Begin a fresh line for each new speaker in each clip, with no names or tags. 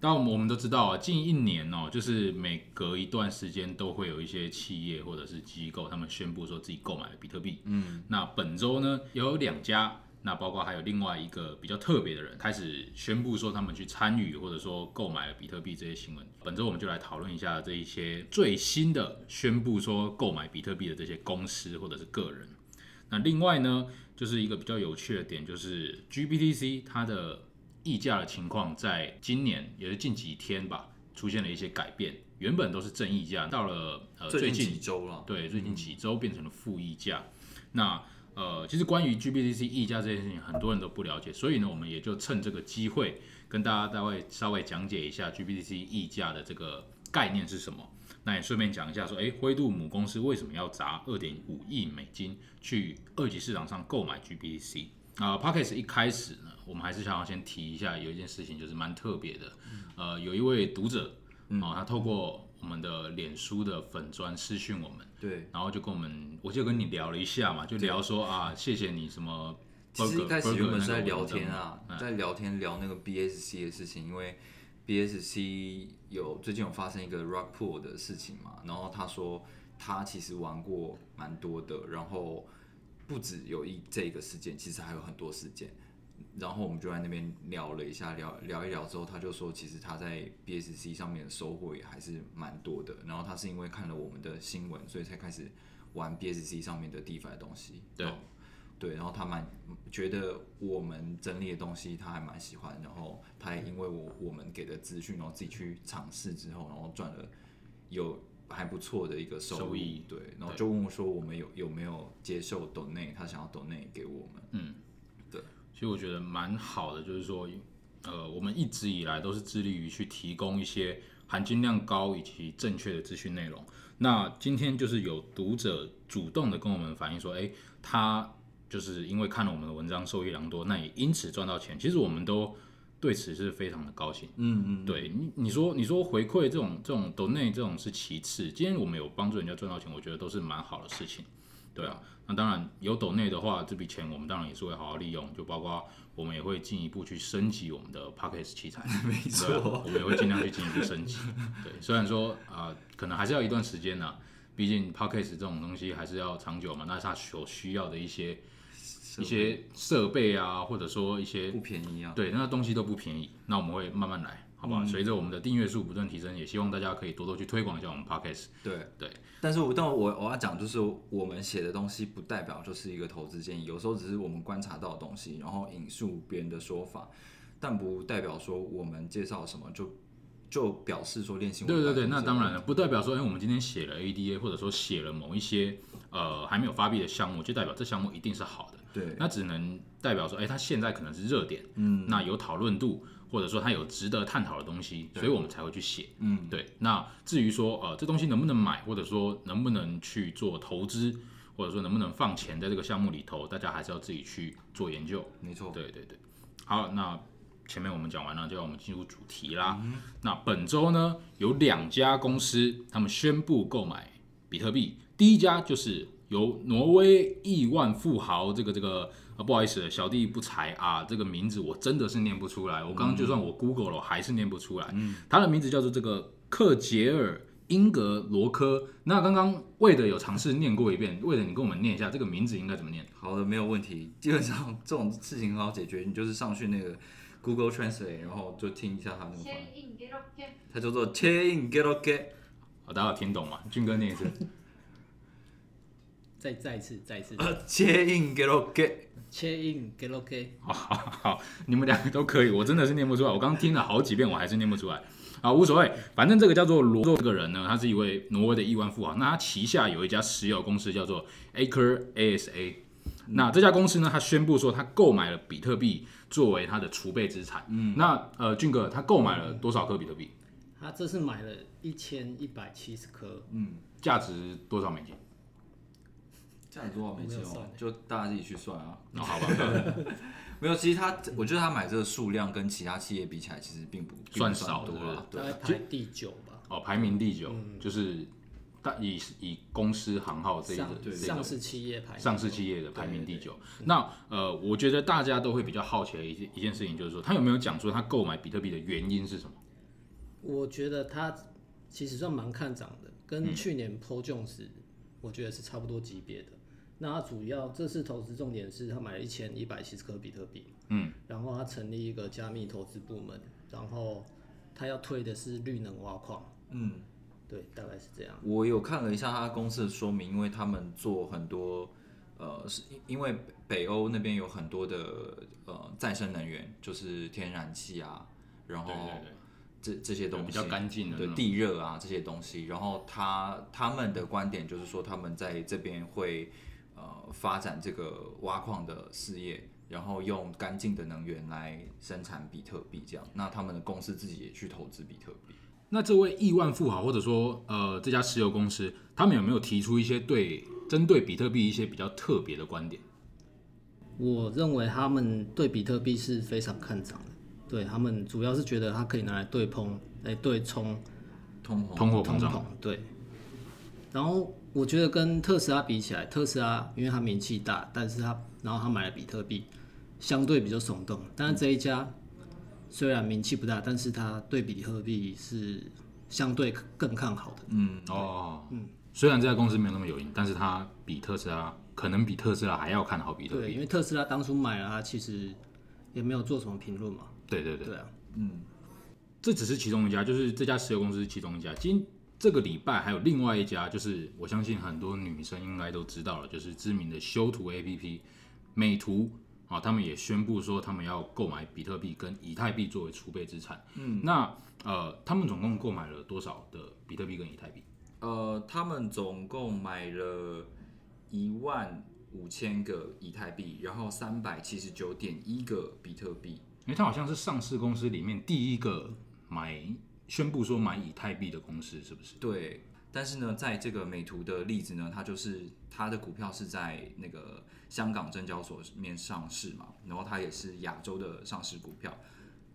那我们我们都知道啊，近一年哦、就是每隔一段时间都会有一些企业或者是机构，他们宣布说自己购买了比特币。嗯，那本周呢，有两家，那包括还有另外一个比较特别的人，开始宣布说他们去参与或者说购买了比特币这些新闻。本周我们就来讨论一下这一些最新的宣布说购买比特币的这些公司或者是个人。那另外呢，就是一个比较有趣的点，就是 GBTC 它的溢价的情况，在今年也是近几天吧，出现了一些改变。原本都是正溢价，到了呃
最
最
近
近
几周了，
对，最近几周变成了负溢价。那呃，其实关于 GBTC 溢价这件事情，很多人都不了解，所以呢，我们也就趁这个机会跟大家大概稍微讲解一下 GBTC 溢价的这个概念是什么。那也顺便讲一下说，诶，灰度母公司为什么要砸二点五亿美金去二级市场上购买 GBTC？啊、p o c k e t 一开始呢，我们还是想要先提一下，有一件事情就是蛮特别的，呃，有一位读者哦，他透过我们的脸书的粉砖私讯我们，
对，
然后就跟我们，我就跟你聊了一下嘛，就聊说啊，谢谢你什么 burger。
其实一开始
burger
原本是
那
在
个
聊
文章
天啊，
嗯
在聊天聊那个 BSC 的事情，因为 BSC 有最近有发生一个 Rock Pool 的事情嘛，然后他说他其实玩过蛮多的，然后不止有一这个事件，其实还有很多事件。然后我们就在那边聊了一下，聊聊一聊之后，他就说，其实他在 BSC 上面的收获也还是蛮多的。然后他是因为看了我们的新闻，所以才开始玩 BSC 上面的 DeFi 的东西。
对
然后对，然后他蛮觉得我们整理的东西他还蛮喜欢，然后他也因为我我们给的资讯，然后自己去尝试之后，然后赚了有还不错的一个收入
收益
对，然后
对
就问我说我们有有没有接受 donate，他想要 donate 给我们，
嗯其实我觉得蛮好的，就是说，呃，我们一直以来都是致力于去提供一些含金量高以及正确的资讯内容。那今天就是有读者主动的跟我们反映说，哎，他就是因为看了我们的文章受益良多，那也因此赚到钱。其实我们都对此是非常的高兴。
嗯嗯，
对你，你说你说回馈这种这种 donate 这种是其次，今天我们有帮助人家赚到钱，我觉得都是蛮好的事情，对啊。那当然有 donate 的话，这笔钱我们当然也是会好好利用，就包括我们也会进一步去升级我们的 p a c k a g e 器材，没
错
我们也会尽量去进一步升级。对，虽然说啊、呃可能还是要一段时间呢、毕竟 p a c k a g e 这种东西还是要长久嘛，那它所需要的一些一些设备啊，或者说一些
不便宜啊，
对，那东西都不便宜，那我们会慢慢来，好不好？随着我们的订阅数不断提升，也希望大家可以多多去推广一下我们 podcast。
对
对。
但是我但我我要讲就是，我们写的东西不代表就是一个投资建议，有时候只是我们观察到的东西，然后引述别人的说法，但不代表说我们介绍什么就就表示说练习。
对对对，那当然了，不代表说，哎、我们今天写了 ADA，或者说写了某一些呃还没有发币的项目，就代表这项目一定是好的。
对，
那只能代表说，哎、它现在可能是热点，
嗯，
那有讨论度，或者说它有值得探讨的东西，所以我们才会去写。
嗯，
对，那至于说呃这东西能不能买，或者说能不能去做投资，或者说能不能放钱在这个项目里头，大家还是要自己去做研究。
没错，
对对对，好，那前面我们讲完了，就让我们进入主题啦。那本周呢，有两家公司他们宣布购买比特币，第一家就是由挪威亿万富豪这个这个。啊，不好意思，小弟不才啊，这个名字我真的是念不出来。我刚刚就算我 Google 了，我还是念不出来。他的名字叫做这个克杰尔英格罗科。那刚刚魏德有尝试念过一遍，魏德你跟我们念一下这个名字应该怎么念？
好的，没有问题。基本上这种事情很好解决，你就是上去那个 Google Translate，然后就听一下它那个翻译，它叫做 Chain Get o Get。
好，大家有听懂吗？俊哥念一次。
再再一次再一次
切 in get o get，
切 in get OK，
好好好，你们两个都可以，我真的是念不出来。我刚听了好几遍，我还是念不出来。啊，无所谓，反正这个叫做罗这个人呢，他是一位挪威的亿万富豪。那他旗下有一家石油公司叫做 Aker ASA。那这家公司呢，他宣布说他购买了比特币作为他的储备资产。嗯，那呃，俊哥，他购买了多少颗比特币？
他这次买了一千一百七十颗，
嗯，
价值多少美金？
这样多少没钱
我没有算
哦
欸，
就大家自己去算啊。
那哦好吧，
没有，其实他，我觉得他买这个数量跟其他企业比起来，其实并不并不
算少
多
对啊
了。
大
对啊
概，排第九吧，
哦，排名第九，就是大以以公司行号这一
上
个这
上
个
市企业排
上市企业的排名第九。那呃，我觉得大家都会比较好奇的一件一件事情，就是说他有没有讲说他购买比特币的原因是什么？
我觉得他其实算蛮看涨的，
嗯
跟去年 Pro Jones 我觉得是差不多级别的。那他主要这次投资重点是他买了一千一百七十颗比特币，嗯，然后他成立一个加密投资部门，然后他要推的是绿能挖矿，
嗯，
对，大概是这样。
我有看了一下他公司的说明，因为他们做很多，呃，是因因为北欧那边有很多的呃再生能源，就是天然气啊，然后
对对对
这这些东西
比较干净的那
对
种
地热啊这些东西。然后他他们的观点就是说，他们在这边会呃发展这个挖矿的事业，然后用干净的能源来生产比特币，这样。那他们的公司自己也去投资比特币。
那这位亿万富豪，或者说呃这家石油公司，他们有没有提出一些对针对比特币一些比较特别的观点？
我认为他们对比特币是非常看涨的，对他们主要是觉得它可以拿来对碰，哎、对冲
通膨，
通货
哦通
膨
膨
胀，，哦
对。然后我觉得跟特斯拉比起来，特斯拉因为它名气大，但是它然后它买了比特币，相对比较耸动。但是这一家虽然名气不大，但是它对比特币是相对更看好的。
嗯，
哦，嗯，虽然这家公司没有那么有名，但是它比特斯拉可能比特斯拉还要看好比特
对，因
币。
为特斯拉当初买了它，其实也没有做什么评论嘛。
对对对，
对啊，
嗯
这只是其中一家，就是这家石油公司是其中一家。今这个礼拜还有另外一家，就是我相信很多女生应该都知道了，就是知名的修图 APP 美图啊，他们也宣布说他们要购买比特币跟以太币作为储备资产。嗯，那呃，他们总共购买了多少的比特币跟以太币？
呃，他们总共买了一万五千个以太币，然后三百七十九点一个比特币。
因为它好像是上市公司里面第一个买宣布说买以太币的公司，是不是？
对，但是呢，在这个美图的例子呢，它就是它的股票是在那个香港证交所面上市嘛，然后它也是亚洲的上市股票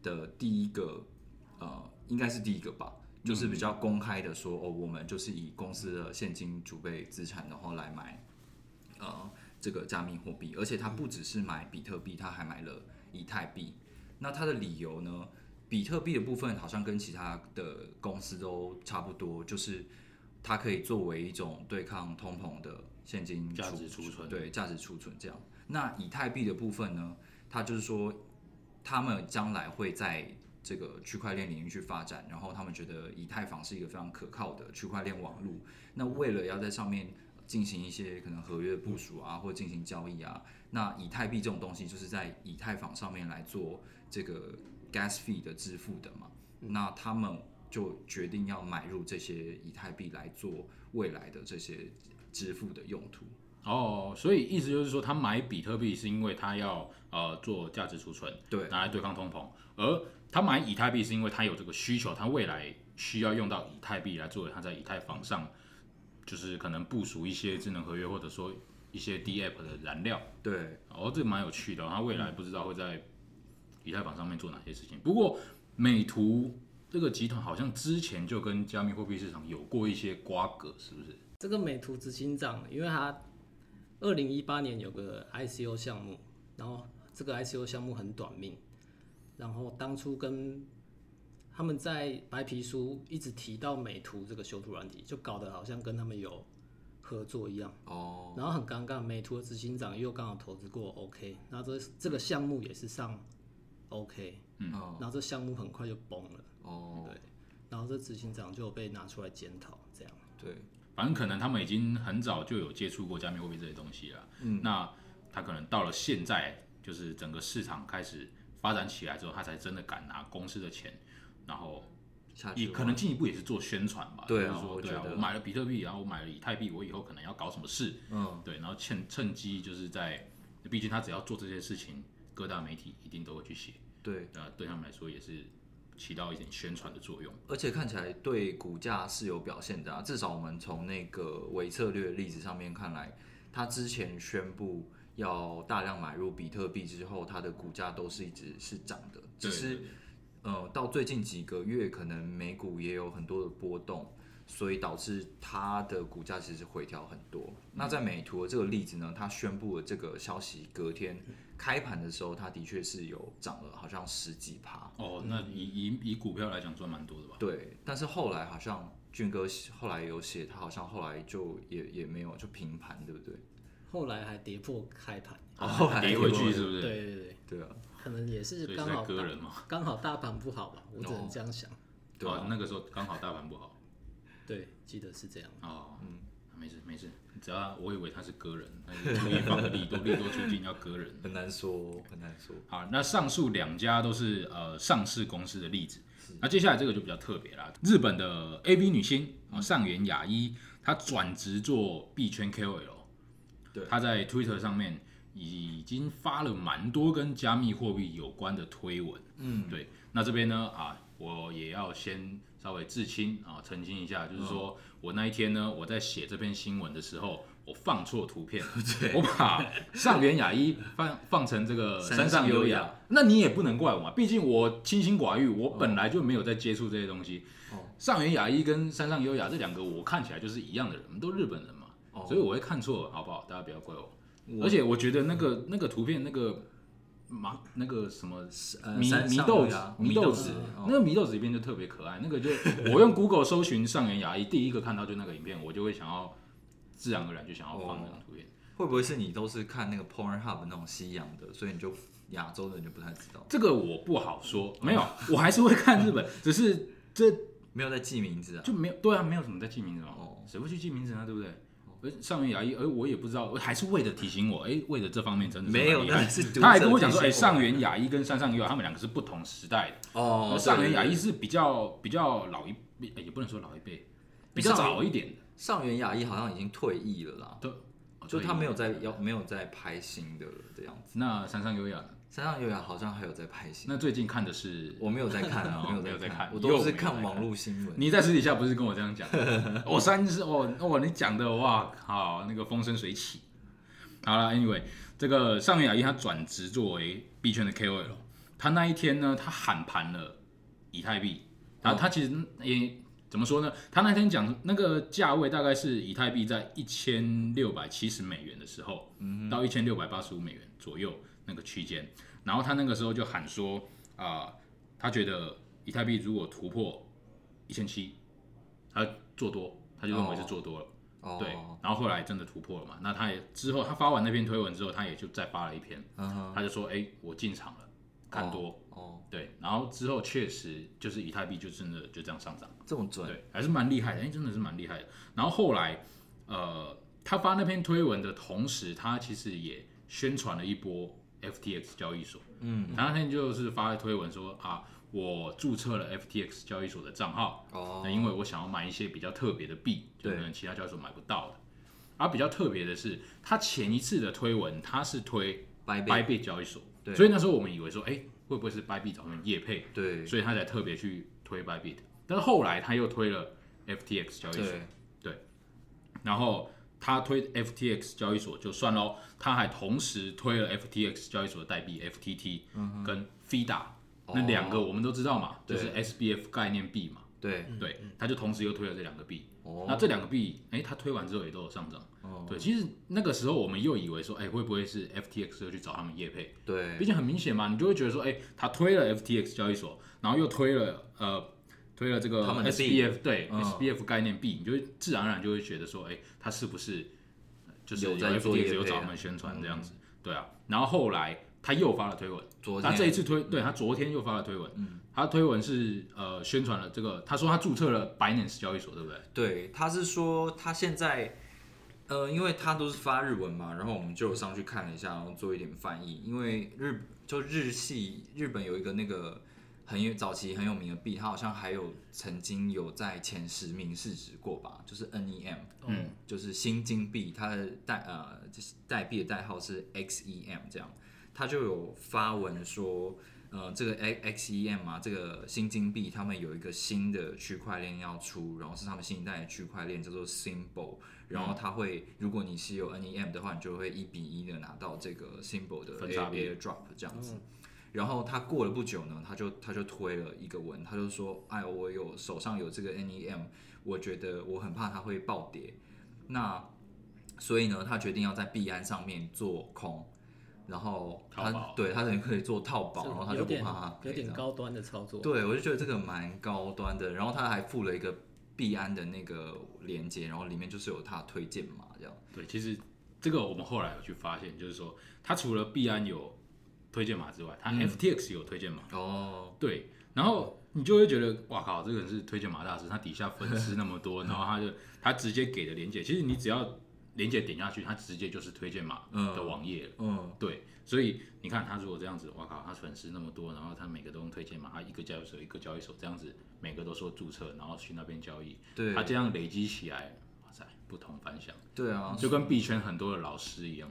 的第一个，呃，应该是第一个吧，就是比较公开的说，哦，我们就是以公司的现金储备资产，然后来买，呃，这个加密货币，而且它不只是买比特币，它还买了以太币。那它的理由呢？比特币的部分好像跟其他的公司都差不多，就是它可以作为一种对抗通膨的现金
价值储存
对价值储存这样。那以太币的部分呢？它就是说，他们将来会在这个区块链领域去发展，然后他们觉得以太坊是一个非常可靠的区块链网络。那为了要在上面进行一些可能合约部署啊，或进行交易啊，那以太币这种东西就是在以太坊上面来做这个 gas fee 的支付的嘛。那他们就决定要买入这些以太币来做未来的这些支付的用途。
哦，所以意思就是说，他买比特币是因为他要呃做价值储存，
对
拿来对抗通膨；而他买以太币是因为他有这个需求，他未来需要用到以太币来作为他在以太坊上，就是可能部署一些智能合约，或者说一些 D app 的燃料。
对，
哦，这蛮有趣的哦、他未来不知道会在以太坊上面做哪些事情。不过，美图这个集团好像之前就跟加密货币市场有过一些瓜葛，是不是？
这个美图执行长，因为他二零一八年有个 ICO 项目，然后这个 ICO 项目很短命，然后当初跟他们在白皮书一直提到美图这个修图软体，就搞得好像跟他们有合作一样。
哦，
然后很尴尬，美图的执行长又刚好投资过 OK，那这这个项目也是上 OK，
嗯，
然后这项目很快就崩了，
哦，
对，然后这执行长就被拿出来检讨，这样。
对，
反正可能他们已经很早就有接触过加密货币这些东西了。嗯，那他可能到了现在，就是整个市场开始发展起来之后，他才真的敢拿公司的钱，然后
下去
也可能进一步也是做宣传吧。
啊对啊
就是说
我
对啊
觉，得
我买了比特币，然后我买了以太币，我以后可能要搞什么事，
嗯，
对，然后趁趁机就是在，呃毕竟他只要做这些事情，各大媒体一定都会去写，
对，
那对他们来说也是起到一点宣传的作用。
而且看起来对股价是有表现的啊，至少我们从那个伪策略例子上面看来，它之前宣布要大量买入比特币之后，它的股价都是一直是涨的，只
对
是
对对
呃到最近几个月，可能美股也有很多的波动，所以导致它的股价其实回调很多。
嗯
那在美图的这个例子呢，它宣布了这个消息，隔天开盘的时候，它的确是有涨了，好像十几趴。
哦，那以以以股票来讲，赚蛮多的吧？
对，但是后来好像俊哥后来有写，他好像后来就也也没有就平盘，对不对？
后来还跌破开盘，
哦，后来
跌
也
回
没有
去是不是？
对对对，
对啊，
可能也是
所以是
刚好
在割
大
人哦嘛
刚好大盘不好吧，我只能这样想。
对
哦
啊，
那个时候刚好大盘不好。
对，记得是这样。
哦，嗯，没事没事，只要我以为他是割人，那就注意放个利多利多出尽要割人。
很难说，很难说。
好，那上述两家都是呃上市公司的例子。那接下来这个就比较特别啦，日本的 AV 女星啊、上原雅一，她转职做币圈 KOL，
对
她在 Twitter 上面已经发了蛮多跟加密货币有关的推文。嗯，对。那这边呢啊，我也要先稍微致清啊，澄清一下，就是说、我那一天呢，我在写这篇新闻的时候，我放错图 片了，我把上原雅一放放成这个
山
山上
上
优
优
雅
雅，
那你也不能怪我嘛，毕竟我清心寡欲，我本来就没有在接触这些东西。
哦
上原雅一跟山上优雅这两个，我看起来就是一样的人，我们都日本人嘛，
哦
所以我会看错，好不好？大家不要怪我。而且我觉得那个那个图片那个麻那个什么
呃
迷
山
迷
上
豆
优
子
雅
迷
迷
豆
豆
子
子哦
那个迷豆子影片就特别可爱，那个就 我用 Google 搜寻上原雅一，第一个看到就那个影片，我就会想要自然而然就想要放那张图片。哦
会不会是你都是看那个 Pornhub 那种西洋的，所以你就亚洲人就不太知道，
这个我不好说，没有，我还是会看日本，只是这
没有在记名字啊？
就没有对啊，没有什么在记名字嘛
哦，
谁会去记名字呢？对不对？而上元雅一，而哎我也不知道，还是为了提醒我，哎，为了这方面真的是
没有
蛮厉害
那是读者
他还跟我讲说，
提
哎，
醒我
上元雅一跟山上优雅他们两个是不同时代的，
哦
而上元雅一是比较比较老一，哎也不能说老一辈，比较早一点的，
上元雅一好像已经退役了啦，
对，哦
就
对
他没有在要没有在拍新的了这样子。
那山上优雅呢，
山上优雅好像还有在拍新，
那最近看的是
我没有在看 啊，
哦没
没
有
有
在
在
看
看，我
又
都
没
是
有在
看
看
网络新闻。
你在私底下不是跟我这样讲？我三是哦哦，你讲的哇靠，那个风生水起。好了，anyway，这个上原雅一他转职作为币圈的 KOL，他那一天呢，他喊盘了以太币，然后他其实也怎么说呢？他那天讲那个价位大概是以太币在一千六百七十美元的时候，
嗯
到一千六百八十五美元左右那个区间，然后他那个时候就喊说啊、他觉得以太币如果突破一千七，他做多，他就认为是做多了。
哦，
对，然后后来真的突破了嘛？那他也之后他发完那篇推文之后，他也就再发了一篇，
嗯哼，
他就说：“哎，我进场了，看多。
哦，
对，然后之后确实就是以太币就真的就这样上涨，
这么准，
对，还是蛮厉害的，哎，真的是蛮厉害的。然后后来，呃，他发那篇推文的同时，他其实也宣传了一波 FTX 交易所，
嗯，
他那天就是发了推文说啊，我注册了 FTX 交易所的账号，
哦
那，因为我想要买一些比较特别的币，就可
对
能其他交易所买不到的。而、比较特别的是，他前一次的推文，他是推
掰
掰
背，
币交易所，
对
所以那时候我们以为说，哎、会不会是掰币找他们业配，
对，
所以他才特别去推 Bybit。但是后来他又推了 FTX 交易所，
对，
然后他推 FTX 交易所就算喽，他还同时推了 FTX 交易所的代币 FTT 跟 FIDA，、那两个我们都知道嘛，就
嗯哦对
是 SBF 概念币嘛，
对，
对，他就同时又推了这两个币。
哦，
那这两个币，哎、它推完之后也都有上涨。嗯
哦
对，其实那个时候我们又以为说，哎、会不会是 FTX 又去找他们业配？
对，
毕竟很明显嘛，你就会觉得说，哎、他推了 FTX 交易所，然后又推了呃，推了这个
他们的币
SBF 对、
嗯
SBF 概念币，你就会自然而然就会觉得说，哎、他是不是呃就是
有在做业
FTX
配
有
啊嗯
找他们宣传这样子？对啊，然后后来他又发了推文，
昨
他
天
这一次推，
嗯
对他昨天又发了推文，他推文是呃宣传了这个，他说他注册了 Binance 交易所，对不对？
对，他是说他现在，呃，因为他都是发日文嘛，然后我们就有上去看了一下，然后做一点翻译。因为日就日系日本有一个那个很有早期很有名的币，它好像还有曾经有在前十名市值过吧，就是 NEM，
嗯
就是新金币，它的代呃 E 就是代币的代号是 XEM 这样，它就有发文说。呃，这个 X XEM 啊，这个新金币，他们有一个新的区块链要出，然后是他们新一代的区块链叫做 Symbol，然后它会，如果你是有 NEM 的话，你就会一比一的拿到这个 Symbol 的
分叉
A
币
A Drop 这样子。然后他过了不久呢，他就他就推了一个文，他就说：“哎，我有手上有这个 NEM，我觉得我很怕它会暴跌。”那所以呢，他决定要在币安上面做空，然后
淘
他
宝
对他等于可以做套保，然后他
有
就不
点
怕它
有
赔这
点
样。
高端的操作。
对，我就觉得这个蛮高端的。然后他还附了一个币安的那个链接，然后里面就是有他推荐码这样。
对，其实这个我们后来有去发现，就是说它除了币安有推荐码之外，它
嗯
FTX 有推荐码，
哦，
对，然后你就会觉得哇靠，这个人是推荐码大师，他底下粉丝那么多，然后他就他直接给的连接，其实你只要连接点下去，它直接就是推荐码的网页了。
嗯，
对，所以你看他如果这样子，哇靠，他粉丝那么多，然后他每个都用推荐码，他一个交易所一个交易所这样子，每个都说注册，然后去那边交易，
对
他这样累积起来，哇塞，不同凡响。
对啊，
就跟币圈很多的老师一样。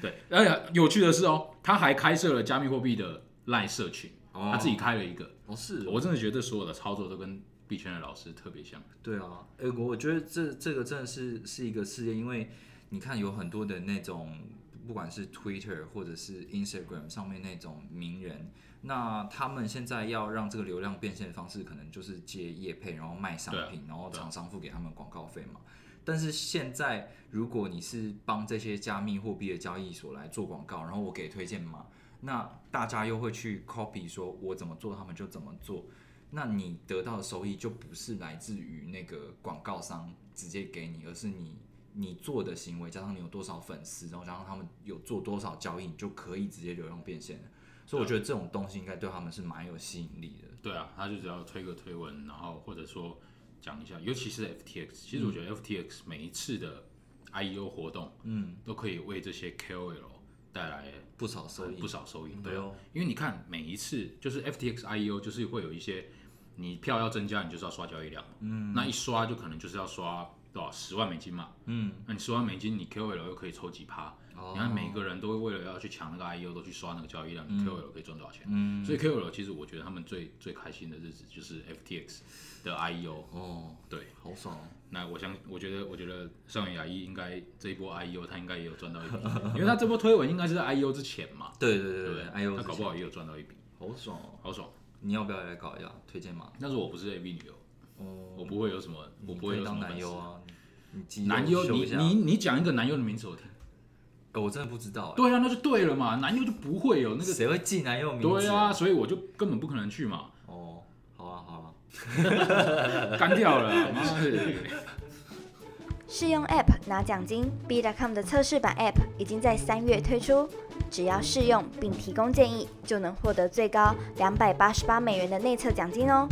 对，而且有趣的是哦，他还开设了加密货币的赖社群，
哦
他自己开了一个。
哦是
我真的觉得所有的操作都跟币圈的老师特别像。
对啊，哎、我我觉得这这个真的是是一个事件，因为你看有很多的那种，不管是 Twitter 或者是 Instagram 上面那种名人，那他们现在要让这个流量变现的方式，可能就是接业配，然后卖商
对啊
品，然后
对啊
厂商付给他们广告费嘛。但是现在，如果你是帮这些加密货币的交易所来做广告，然后我给推荐码，那大家又会去 copy 说我怎么做，他们就怎么做。那你得到的收益就不是来自于那个广告商直接给你，而是你你做的行为加上你有多少粉丝，然后加上他们有做多少交易，你就可以直接流量变现了。所以我觉得这种东西应该对他们是蛮有吸引力的。
对啊，他就只要推个推文，然后或者说讲一下，尤其是 FTX，其实我觉得 FTX 每一次的 IEO 活动，
嗯，
都可以为这些 KOL 带来
不少收益，
不少收益。
对
对
哦
哦，因为你看每一次就是 FTX IEO，就是 E 会有一些你票要增加，你就是要刷交易量，嗯，那一刷就可能就是要刷多少十万美金嘛，
嗯，
那你十万美金你 KOL 又可以抽几趴，
哦
你看每个人都会为了要去抢那个 IEO 都去刷那个交易量，你 KOL 可以赚多少钱？
嗯
所以 KOL 其实我觉得他们最最开心的日子就是 FTX 的 IEO，
哦，
对。
好爽哦！
那我相，我觉得，我觉得上野雅一应该这一波 IEO 他应该也有赚到一 笔，因为他这波推文应该是在 IEO 之前嘛，
对对对
对
对
不
对
对？，
哎呦，
他搞不好也有赚到一笔，
好爽哦！
好爽。
你要不要来搞一下推荐码？
但是我不是 AV 女优，
哦，
我不会有什么，我不会有什
你可以当
么
男
粉
优
丝。
啊，你你肌肉
男优，
秀
你
一下
你你讲一个男优的名字我听。
哦我真的不知道哎，
对啊，那就对了嘛，男优就不会有那个。
谁会记男优名字？
对啊，，所以我就根本不可能去 嘛，
哦，好啊好啊，
干掉了啊，妈的！
试用 App 拿奖金，B.com 的测试版 App 已经在三月推出，只要试用并提供建议，就能获得最高两百八十八美元的内测奖金哦。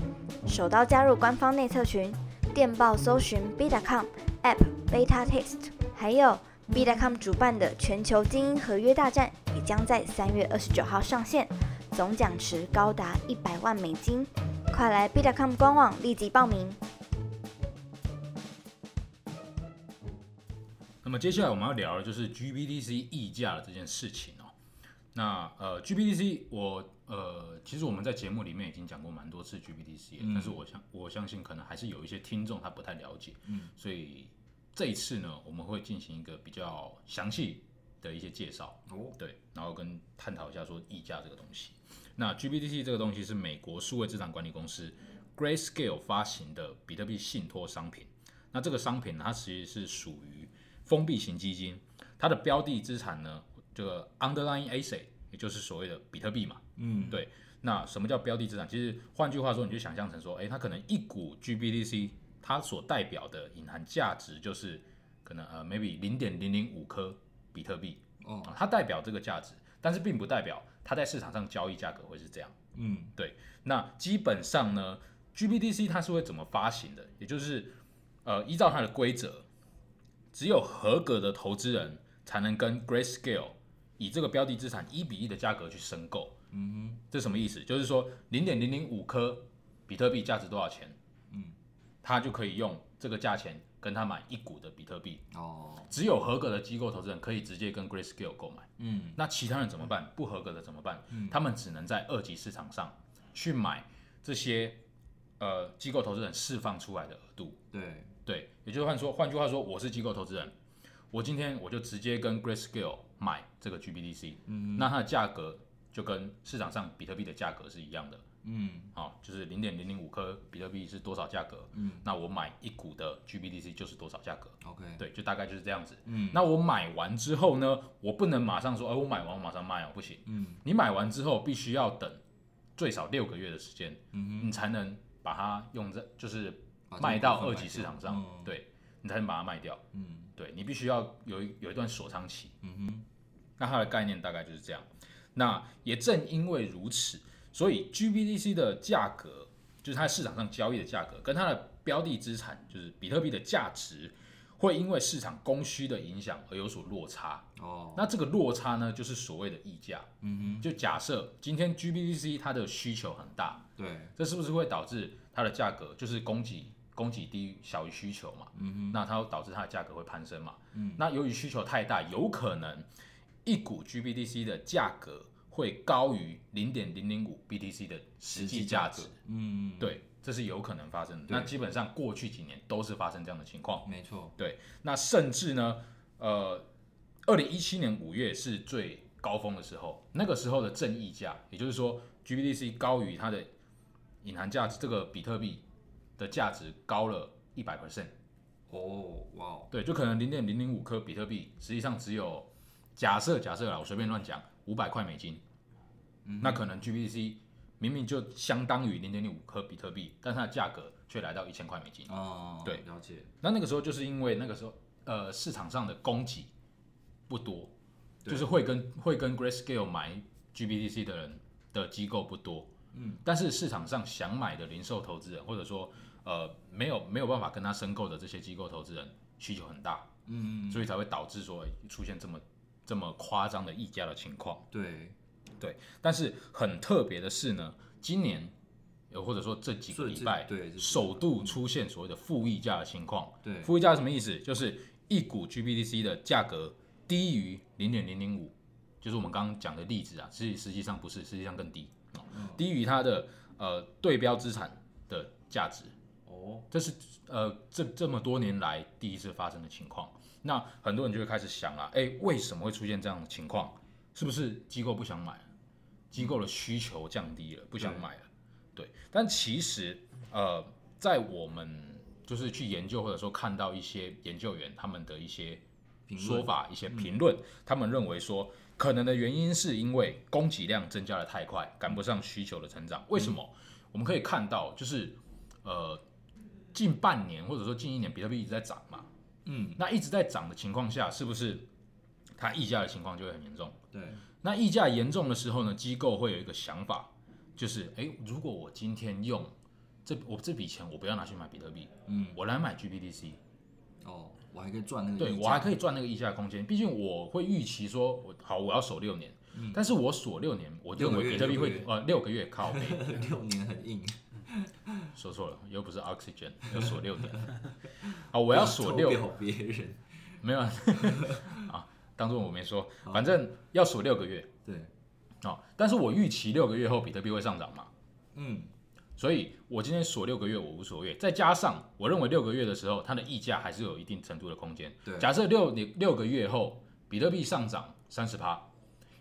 手刀加入官方内测群，电报搜寻 B.com App Beta Test，还有 B.com 主办的全球精英合约大战也将在三月二十九号上线，总奖池高达一百万美金，快来 B.com 官网立即报名。
那么接下来我们要聊的就是 GBTC 溢价的这件事情哦。那呃，GBTC 我呃，其实我们在节目里面已经讲过蛮多次 GBTC，了、但是我相我相信可能还是有一些听众他不太了解，嗯，所以这一次呢，我们会进行一个比较详细的一些介绍，
哦，
对，然后跟探讨一下说溢价这个东西。那 GBTC 这个东西是美国数位资产管理公司 Grayscale 发行的比特币信托商品。那这个商品呢，它其实是属于封闭型基金，它的标的资产呢，这个 underlying asset 也就是所谓的比特币嘛。
嗯，
对。那什么叫标的资产？其实换句话说，你就想象成说，诶，它可能一股 GBTC 它所代表的隐含价值就是可能呃 maybe 零点零零五颗比特币。
哦，
啊，它代表这个价值，但是并不代表它在市场上交易价格会是这样。
嗯
那基本上呢，GBTC 它是会怎么发行的？也就是呃，依照它的规则，只有合格的投资人才能跟 Grayscale 以这个标的资产一比一的价格去申购。
嗯
这什么意思？就是说零点零零五颗比特币价值多少钱？嗯，它就可以用这个价钱跟他买一股的比特币，
哦，
只有合格的机构投资人可以直接跟 Grayscale 购买。
嗯
那其他人怎么办？不合格的怎么办？他们只能在二级市场上去买这些呃机构投资人释放出来的额度。
对，
对，也就是换说，换句话说，我是机构投资人，我今天我就直接跟 Grayscale 买这个 GBTC，嗯，那它的价格就跟市场上比特币的价格是一样的，
嗯
好、就是零点零零五颗比特币是多少价格，嗯，那我买一股的 GBTC 就是多少价格，
，OK，
对，就大概就是这样子。
嗯
那我买完之后呢，我不能马上说，哎、我买完我马上卖哦，不行。
嗯
你买完之后必须要等最少六个月的时间，
嗯
你才能把它用在就是
把这个
卖到
部分
二
卖
级市
掉
场上，
嗯
对你才能把它卖掉。
哼嗯
对你必须要有一有一段锁仓期。
嗯哼
那它的概念大概就是这样。那也正因为如此，所以 GBDC 的价格，就是它市场上交易的价格，跟它的标的资产，就是比特币的价值，会因为市场供需的影响而有所落差。
哦，
那这个落差呢，就是所谓的溢价。
嗯
就假设今天 GBDC 它的需求很大，
哼对，
这是不是会导致它的价格就是供给供给低于小于需求嘛？
嗯
那它会导致它的价格会攀升嘛？
嗯
那由于需求太大，有可能一股 GBDC 的价格会高于零点零零五 BTC 的实际价值，
嗯
对，这是有可能发生的。
对
那基本上过去几年都是发生这样的情况。
没错，
那甚至呢，呃，二零一七年五月是最高峰的时候，那个时候的正溢价，也就是说 GBDC 高于它的隐含价值，这个比特币的价值高了一百 percent，
哦，哇哦，
对，就可能零点零零五颗比特币，实际上只有假设假设啦，我随便乱讲，五百块美金，那可能 GBDC 明明就相当于零点零五颗比特币，但它的价格却来到一千块美金。
哦，
对
了解，
那那个时候就是因为那个时候呃市场上的供给不多，
对
就是会跟会跟 Grayscale 买 GBTC 的人的机构不多，嗯，但是市场上想买的零售投资人或者说呃没有没有办法跟他申购的这些机构投资人需求很大，
嗯，
所以才会导致说诶出现这么这么夸张的溢价的情况。
对，
但是很特别的是呢，今年。呃，或者说这几个
这
礼
这
拜，
对这几个嗯
首度出现所谓的负溢价的情况，
对，
负溢价是什么意思？就是一股 GBDC 的价格低于零点零零五，就是我们刚刚讲的例子啊，其实实际上不是，实际上更低，哦低于它的呃对标资产的价值。
哦，
这是呃这这么多年来第一次发生的情况。那很多人就会开始想啊，哎，为什么会出现这样的情况？是不是机构不想买了？机构的需求降低了，不想买了？对。但其实呃，在我们就是去研究或者说看到一些研究员他们的一些
评论
说法、一些评论，他们认为说。可能的原因是因为供给量增加的太快，赶不上需求的成长。为什么？我们可以看到，就是呃，近半年或者说近一年，比特币一直在涨嘛。
嗯，
那一直在涨的情况下，是不是它溢价的情况就会很严重？
对，
那溢价严重的时候呢，机构会有一个想法，就是诶，如果我今天用这我这笔钱，我不要拿去买比特币，
嗯，
我来买 GBTC，
哦，我还可以赚那个
对
溢
我还
价
可以赚那个溢价空间。毕竟我会预期说，我好，我要守六年，但是我锁六年，我认
六个
为
月
比特币
六个
会
月
呃六个月靠 背，
六年很硬，
说错了，又不是 oxygen，要锁六年。 啊，我要锁六，
表别人，
没有啊， 啊当做我没说，反正要锁六个月
对，
啊、哦。但是我预期六个月后比特币会上涨嘛，
嗯，
所以我今天锁六个月我无所谓。再加上我认为六个月的时候，它的溢价还是有一定程度的空间。
对
假设六年六个月后比特币上涨三十趴，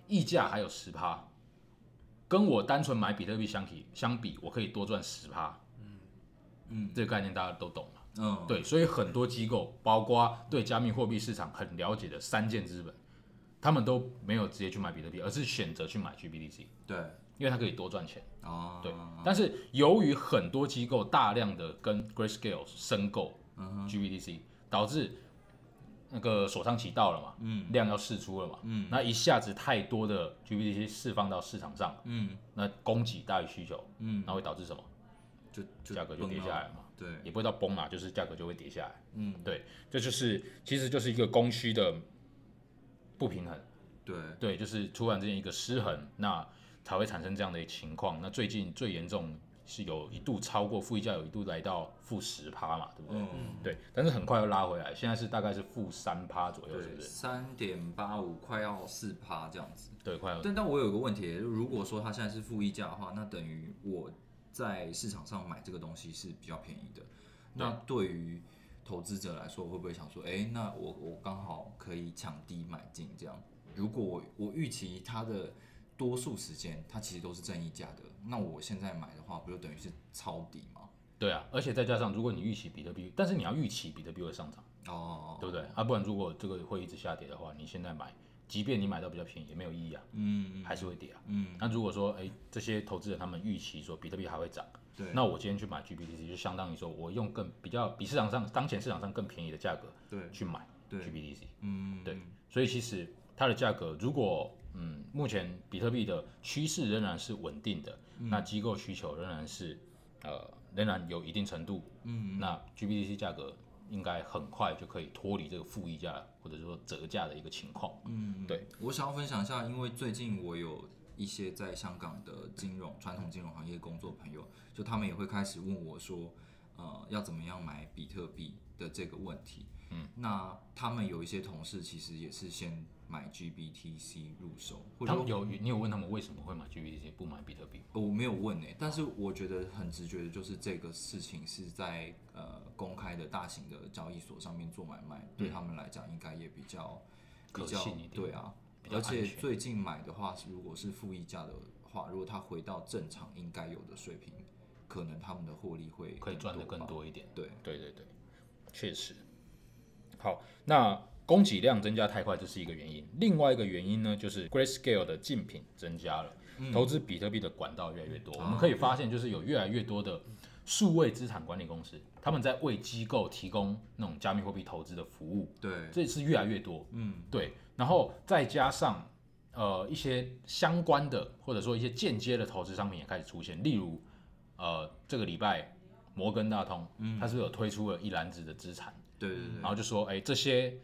溢价还有十趴，跟我单纯买比特币相比相比，我可以多赚十趴。
嗯
这个概念大家都懂嘛？
嗯，
对，所以很多机构，包括对加密货币市场很了解的三箭资本，他们都没有直接去买比特币，而是选择去买 GBDC，
对，
因为它可以多赚钱。
哦，
对，但是由于很多机构大量的跟 Grayscale 申购
嗯
GBDC，、导致那个锁仓期到了嘛，
嗯
量要释出了嘛，
嗯
那一下子太多的 GBDC 释放到市场上，
嗯
那供给大于需求，
嗯，
那会导致什么？
就就
价格就
崩
跌
了
下来嘛，
对，
也不会到崩啦，就是价格就会跌下来。
嗯
对，这就是其实就是一个供需的不平衡，
对，
对，就是突然之间一个失衡，那才会产生这样的情况。那最近最严重是有一度超过负溢价，有一度来到负十趴嘛，对不
嗯
对？对，但是很快又拉回来，现在是大概是负三趴左右，是不
对，
是？
三点八五快要四趴这样子。
对，快要
但但我有个问题，如果说它现在是负溢价的话，那等于我在市场上买这个东西是比较便宜的。那对于投资者来说，会不会想说，哎、那我我刚好可以抢低买进这样？如果我我预期它的多数时间它其实都是正溢价的，那我现在买的话，不就等于是抄底吗？
对啊，而且再加上如果你预期比特币，但是你要预期比特币会上涨，
哦，
对不对？啊，不然如果这个会一直下跌的话，你现在买，即便你买到比较便宜，也没有意义啊，
嗯
还是会跌啊。
嗯，
那如果说，哎，这些投资人他们预期说比特币还会涨，
对，
那我今天去买 GBTC 就相当于说我用更比较比市场上当前市场上更便宜的价格
对，
去买
对
GBTC，
嗯，
对，所以其实它的价格如果嗯，目前比特币的趋势仍然是稳定的，
嗯
那机构需求仍然是呃仍然有一定程度，嗯，那 GBTC 价格应该很快就可以脱离这个负溢价或者说折价的一个情况，
嗯，
对，
我想要分享一下，因为最近我有一些在香港的金融传统金融行业工作的朋友，就他们也会开始问我说，呃，要怎么样买比特币的这个问题。嗯，那他们有一些同事其实也是先买 GBTC 入手，或者
他们
说
有你有问他们为什么会买 GBTC 不买比特币吗？
我没有问呢、欸但是我觉得很直觉的就是这个事情是在呃公开的大型的交易所上面做买卖，对他们来讲应该也比较比
嗯可
较
信一点
对啊。
比较
而
安
且
全
最近买的话，如果是负溢价的话，如果它回到正常应该有的水平，可能他们的获利会
可以赚得
吧
更。多一点。
对，
对对对，确实。好，那供给量增加太快，这是一个原因。另外一个原因呢，就是 Grayscale 的竞品增加了，投资比特币的管道越来越多。我们可以发现，就是有越来越多的数位资产管理公司，他们在为机构提供那种加密货币投资的服务，
对，
这是越来越多。
嗯，
对，然后再加上呃一些相关的或者说一些间接的投资商品也开始出现，例如呃这个礼拜摩根大通，它是不是有推出了一篮子的资产，
对嗯对对，
然后就说哎这些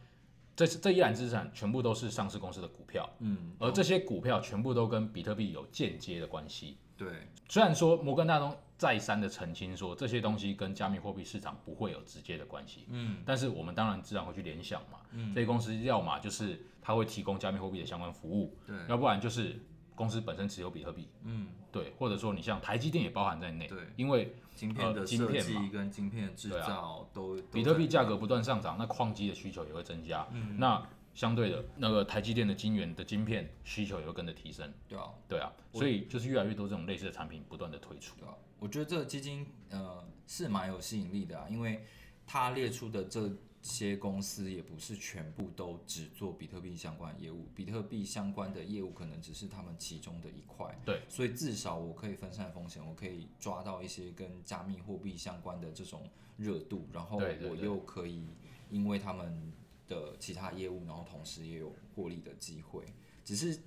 这这一篮资产全部都是上市公司的股票，
嗯，
而这些股票全部都跟比特币有间接的关系。
对，
虽然说摩根大通再三的澄清说这些东西跟加密货币市场不会有直接的关系，
嗯，
但是我们当然自然会去联想嘛，这些公司要么就是它会提供加密货币的相关服务，
对，
要不然就是公司本身持有比特币，
嗯，
对，或者说你像台积电也包含在内，
对
因为
晶片的
呃晶
设
片
计
嘛
跟晶片的制
对啊
造都
比特币
都在
价格不断上涨，那矿机的需求也会增加，
嗯
那相对的那个台积电的晶圆的晶片需求也会跟着提升，
对啊，
对啊，所以就是越来越多这种类似的产品不断的推出，
对啊，我觉得这个基金呃是蛮有吸引力的啊，因为它列出的这些公司也不是全部都只做比特币相关的业务，比特币相关的业务可能只是他们其中的一块。
对，
所以至少我可以分散风险，我可以抓到一些跟加密货币相关的这种热度，然后
对对
我
对
又可以因为他们的其他业务，然后同时也有获利的机会。只是，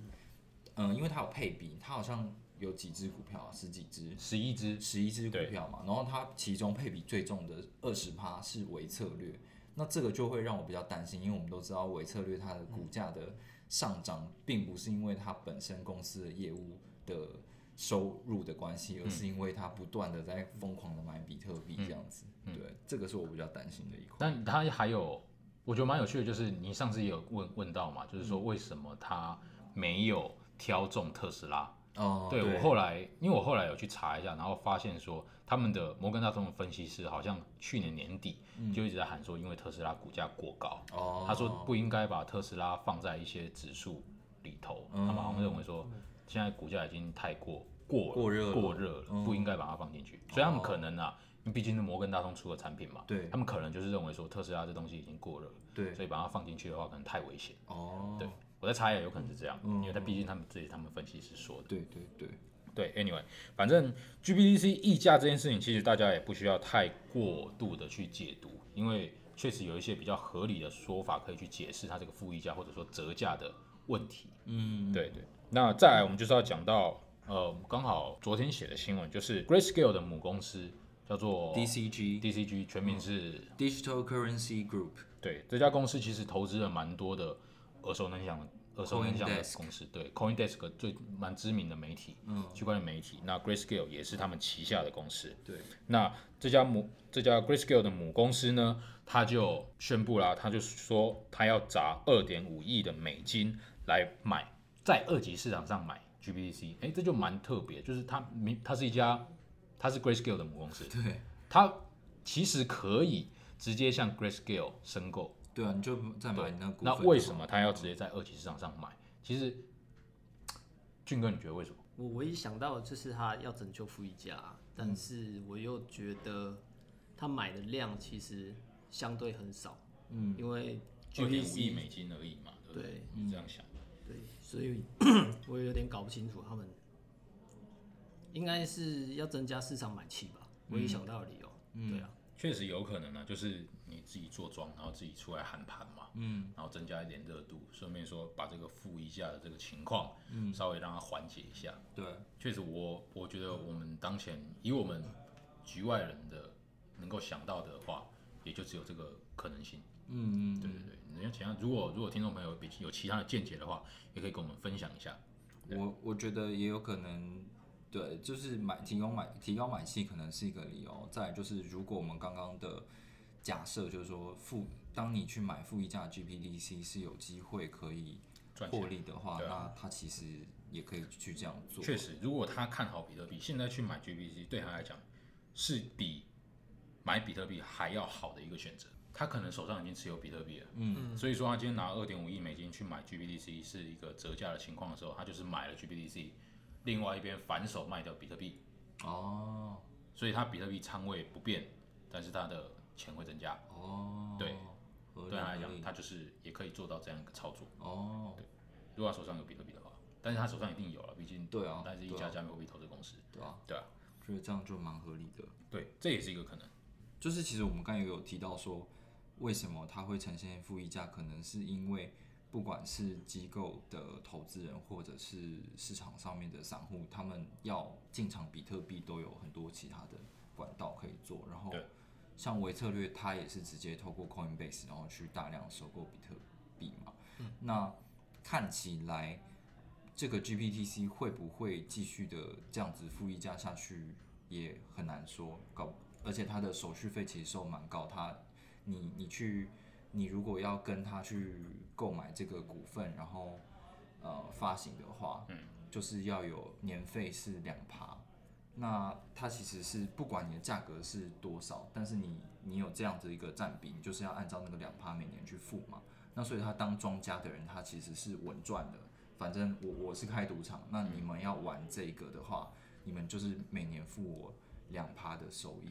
嗯、因为它有配比，它好像有几只股票啊，十几只，
十一只
十一只股
对
票嘛，然后它其中配比最重的二十趴是微策略，那这个就会让我比较担心，因为我们都知道微策略它的股价的上涨，并不是因为它本身公司的业务的收入的关
嗯
系，而是因为它不断的在疯狂的买比特币这样子，
嗯
对，这个是我比较担心的一块。
但它还有，我觉得蛮有趣的，就是你上次也有问问到嘛，就是
嗯
说为什么它没有挑中特斯拉？
哦，
对我后来，因为我后来有去查一下，然后发现说他们的摩根大通的分析师好像去年年底就一直在喊说，因为特斯拉股价过高，
嗯哦，
他说不应该把特斯拉放在一些指数里头，
哦
他们好像认为说现在股价已经太过过
过热了哦
过热了，不应该把它放进去。所以他们可能啊，因为毕竟是摩根大通出的产品嘛，
对
他们可能就是认为说特斯拉这东西已经过热了，
对
所以把它放进去的话可能太危险。
哦，
对，我在猜也有可能是这样，因为他毕竟他们这是他们分析师说的。
对对对，
对，anyway，反正 GBDC 溢价这件事情，其实大家也不需要太过度的去解读，因为确实有一些比较合理的说法可以去解释它这个负溢价或者说折价的问题。
嗯，
对对，那再来我们就是要讲到，呃，刚好昨天写的新闻就是 Grayscale 的母公司叫做
DCG
DCG，全名是、
Digital Currency Group，
对这家公司其实投资了蛮多的耳熟能详的耳熟能详的公司，对 CoinDesk 最蛮知名的媒体，嗯，区块链媒体。那 Grayscale 也是他们旗下的公司。
对，
那这家母这家 Grayscale 的母公司呢，他就宣布啦，他就说他要砸二点五亿的美金来买，在二级市场上买 GBTC。哎，这就蛮特别，就是它明它是一家，它是 Grayscale 的母公司，
对
它其实可以直接向 Grayscale 申购。
对啊，你就再买你那股份就
那
好。
为什么他要直接在二级市场上买？其实，俊哥，你觉得为什么？
我唯一想到的就是他要拯救富一家，但是我又觉得他买的量其实相对很少，嗯，因为
二点五
GPC
亿美金而已嘛，对不
对？
你这样想，
对，所以 我有点搞不清楚他们应该是要增加市场买气吧，唯一想到的理由。对啊，
确实有可能啊，就是你自己做庄，然后自己出来喊盘嘛，嗯，然后增加一点热度，顺便说把这个负溢价的这个情况，嗯，稍微让它缓解一下。
对，
确实我，我觉得我们当前以我们局外人的能够想到的话，也就只有这个可能性。
嗯嗯，
对对对，你要想想，如果如果听众朋友有比有其他的见解的话，也可以跟我们分享一下。
我我觉得也有可能，对，就是买提高买提高买气可能是一个理由。再来就是，如果我们刚刚的假设就是说负，当你去买负溢价 GPDC 是有机会可以
赚钱
获利的话，
对啊
那它其实也可以去这样做。
确实，如果他看好比特币，现在去买 GBC 对他来讲是比买比特币还要好的一个选择。他可能手上已经持有比特币了，嗯，所以说他今天拿二点五亿美金去买 GBDC 是一个折价的情况的时候，他就是买了 GBDC，另外一边反手卖掉比特币，
哦
所以他比特币仓位不变，但是他的钱会增加。
哦，
对，
合理
对他来
合
讲，
理
他就是也可以做到这样一个操作。
哦，
如果他手上有比特币的话，但是他手上一定有了，毕竟
对啊
但是一
对
家
啊
加密货币投资公司，
对啊，
对啊，
觉得这样就蛮合理的。
对，这也是一个可能。
就是其实我们刚才有提到说，为什么它会呈现负溢价，可能是因为不管是机构的投资人，或者是市场上面的散户，他们要进场比特币都有很多其他的管道可以做。然后
对
像微策略，它也是直接透过 Coinbase，然后去大量收购比特币嘛。那看起来这个 GPTC 会不会继续的这样子负溢价下去，也很难说。搞，而且它的手续费其实收蛮高，它你你去你如果要跟他去购买这个股份，然后呃发行的话，嗯，就是要有年费是两趴。那它其实是不管你的价格是多少，但是你你有这样子一个占比，你就是要按照那个两趴每年去付嘛。那所以他当庄家的人，他其实是稳赚的。反正我我是开赌场，那你们要玩这个的话，你们就是每年付我两趴的收益。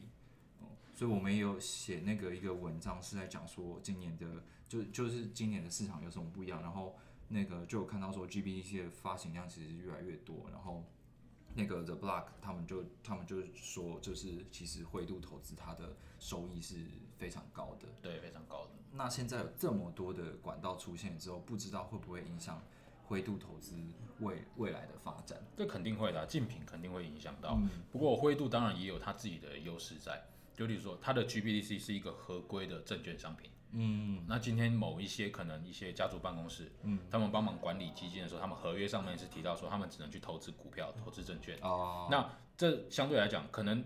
哦所以我们也有写那个一个文章，是在讲说今年的就就是今年的市场有什么不一样。然后那个就有看到说 GBDC 的发行量其实越来越多，然后那个 The Block 他们就他们就是说，就是其实灰度投资它的收益是非常高的。
对，非常高的。
那现在有这么多的管道出现之后，不知道会不会影响灰度投资未未来的发展？
这肯定会的啊、竞品肯定会影响到。
嗯
不过灰度当然也有它自己的优势在，就例如说它的 GBDC 是一个合规的证券商品。
嗯，
那今天某一些可能一些家族办公室，嗯，他们帮忙管理基金的时候，他们合约上面是提到说他们只能去投资股票、投资证券。
哦，
那这相对来讲，可能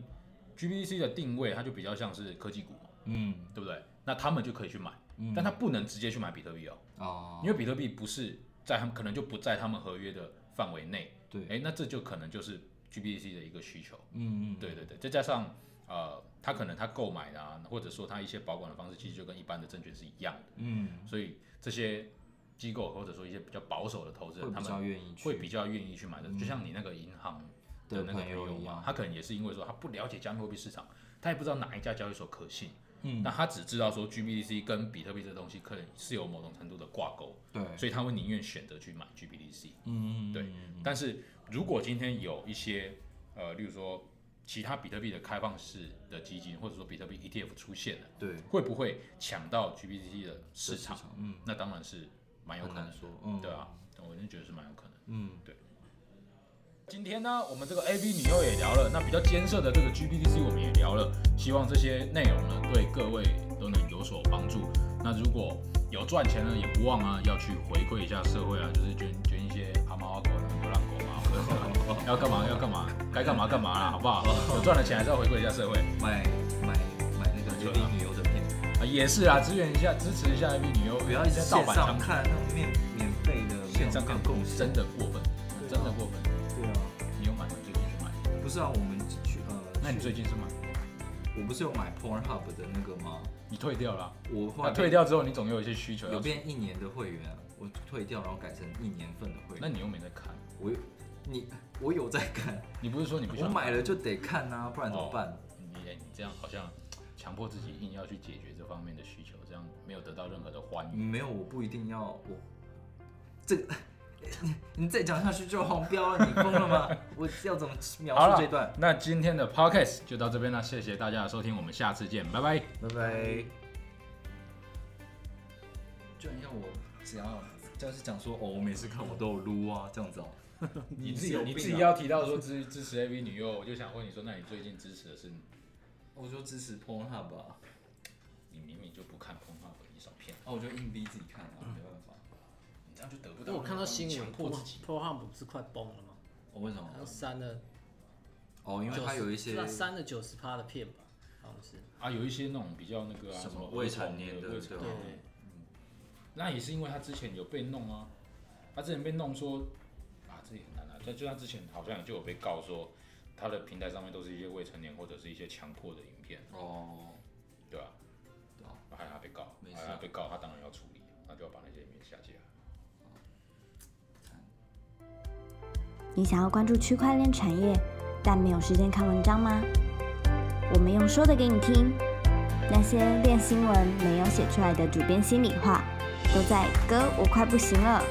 GBDC 的定位它就比较像是科技股，
嗯，
对不对？那他们就可以去买，但他不能直接去买比特币哦，
哦，
因为比特币不是在他们可能就不在他们合约的范围内。
对，
哎，那这就可能就是 GBDC 的一个需求。
嗯嗯，
对对对，再加上呃，他可能他购买啊，或者说他一些保管的方式，其实就跟一般的证券是一样的，
嗯，
所以这些机构或者说一些比较保守的投资
会
人，他
比较
们
愿意去，嗯
会比较愿意去买的。就像你那个银行的
的
那个
朋友一
嘛
样，
他可能也是因为说他不了解加密货币市场，他也不知道哪一家交易所可信。
嗯
那他只知道说 GBDC 跟比特币这东西可能是有某种程度的挂钩，
对，
所以他会宁愿选择去买 GBDC。
嗯嗯，
对
嗯，
但是如果今天有一些呃，例如说其他比特币的开放式的基金，或者说比特币 ETF 出现了，
对，
会不会抢到 GBTC 的市场？
嗯，
那当然是蛮有可
很
能
难
的，
说，嗯，
对，啊，我就觉得是蛮有可能。
嗯，
今天呢，我们这个 A B 女优也聊了，那比较艰涩的这个 G B D C 我们也聊了，希望这些内容呢对各位都能有所帮助。那如果有赚钱了也不忘啊，要去回馈一下社会啊，就是捐捐一些阿猫阿狗、流浪狗嘛，或者是要干嘛要干嘛，该干嘛干嘛啦，好不好？有赚了钱还是要回馈一下社会
买买买那个绝地 女优的片，
啊，也是啊，支援一下，支持一下 A B 女优，
不要一直
现在盗
线
版
上
商
看那种免免费的，
啊线上看
看
共
共
真的过分，
对啊
真的过分。
对啊，
你有买吗？最近去买？
不是啊，我们去呃，
那你
去
最近是买？
我不是有买 Pornhub 的那个吗？
你退掉了啊、
我后
啊
来
退掉之后，你总有一些需求要
有
出。
变一年的会员啊，我退掉然后改成一年份的会
那
员。
你又没在看，
我有你我有在看，
你不是说你不
我
想
买了就得看啊，不然怎么办？
你哎你这样好像强迫自己硬要去解决这方面的需求，这样没有得到任何的欢愉。
没有，我不一定要我这个。你再讲下去就黄标了，你疯了 吗？我要怎么
好
描述
了
这段？
那今天的 podcast 就到这边了，谢谢大家的收听，我们下次见，拜拜。
拜拜。居然要我只要只要是讲说哦，我每次看我都有撸啊这样 子哦，
你自
是
己
有
你
病
自己
啊
要提到说支支持 AV 女优，我就想问你说，那你最近支持的是
我就支持 Pornhub 吧、
你明明就不看碰话和你少骗，
啊，我就硬逼自己看啊，没办法。
你这样就得不
因
到。
为我看到新
强
闻
迫自己。
，Pro h u b 不是快崩了吗？
我、为什么
好？像删了
哦，因为
90，
它有一些
是吧删了九十趴的片吧，好像是。
啊，有一些那种比较那个啊，
什么
么
未成年的
的，未成
对啊
年的，那也是因为他之前有被弄啊，他之前被弄说啊，这也很难啊，但就他之前好像也就有被告说，他的平台上面都是一些未成年或者是一些强迫的影片，
哦，
对吧、
对啊
然后他被告，
没事啊
然后他被告，他当然要处理，他就要把那些影片下架。
你想要关注区块链产业，但没有时间看文章吗？我们用说的给你听，那些练新闻没有写出来的主编心里话，都在“哥，我快不行了”。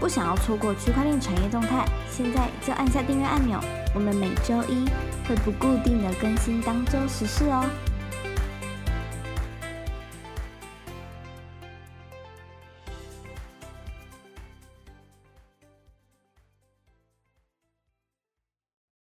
不想要错过区块链产业动态，现在就按下订阅按钮。我们每周一会不固定的更新当周时事哦。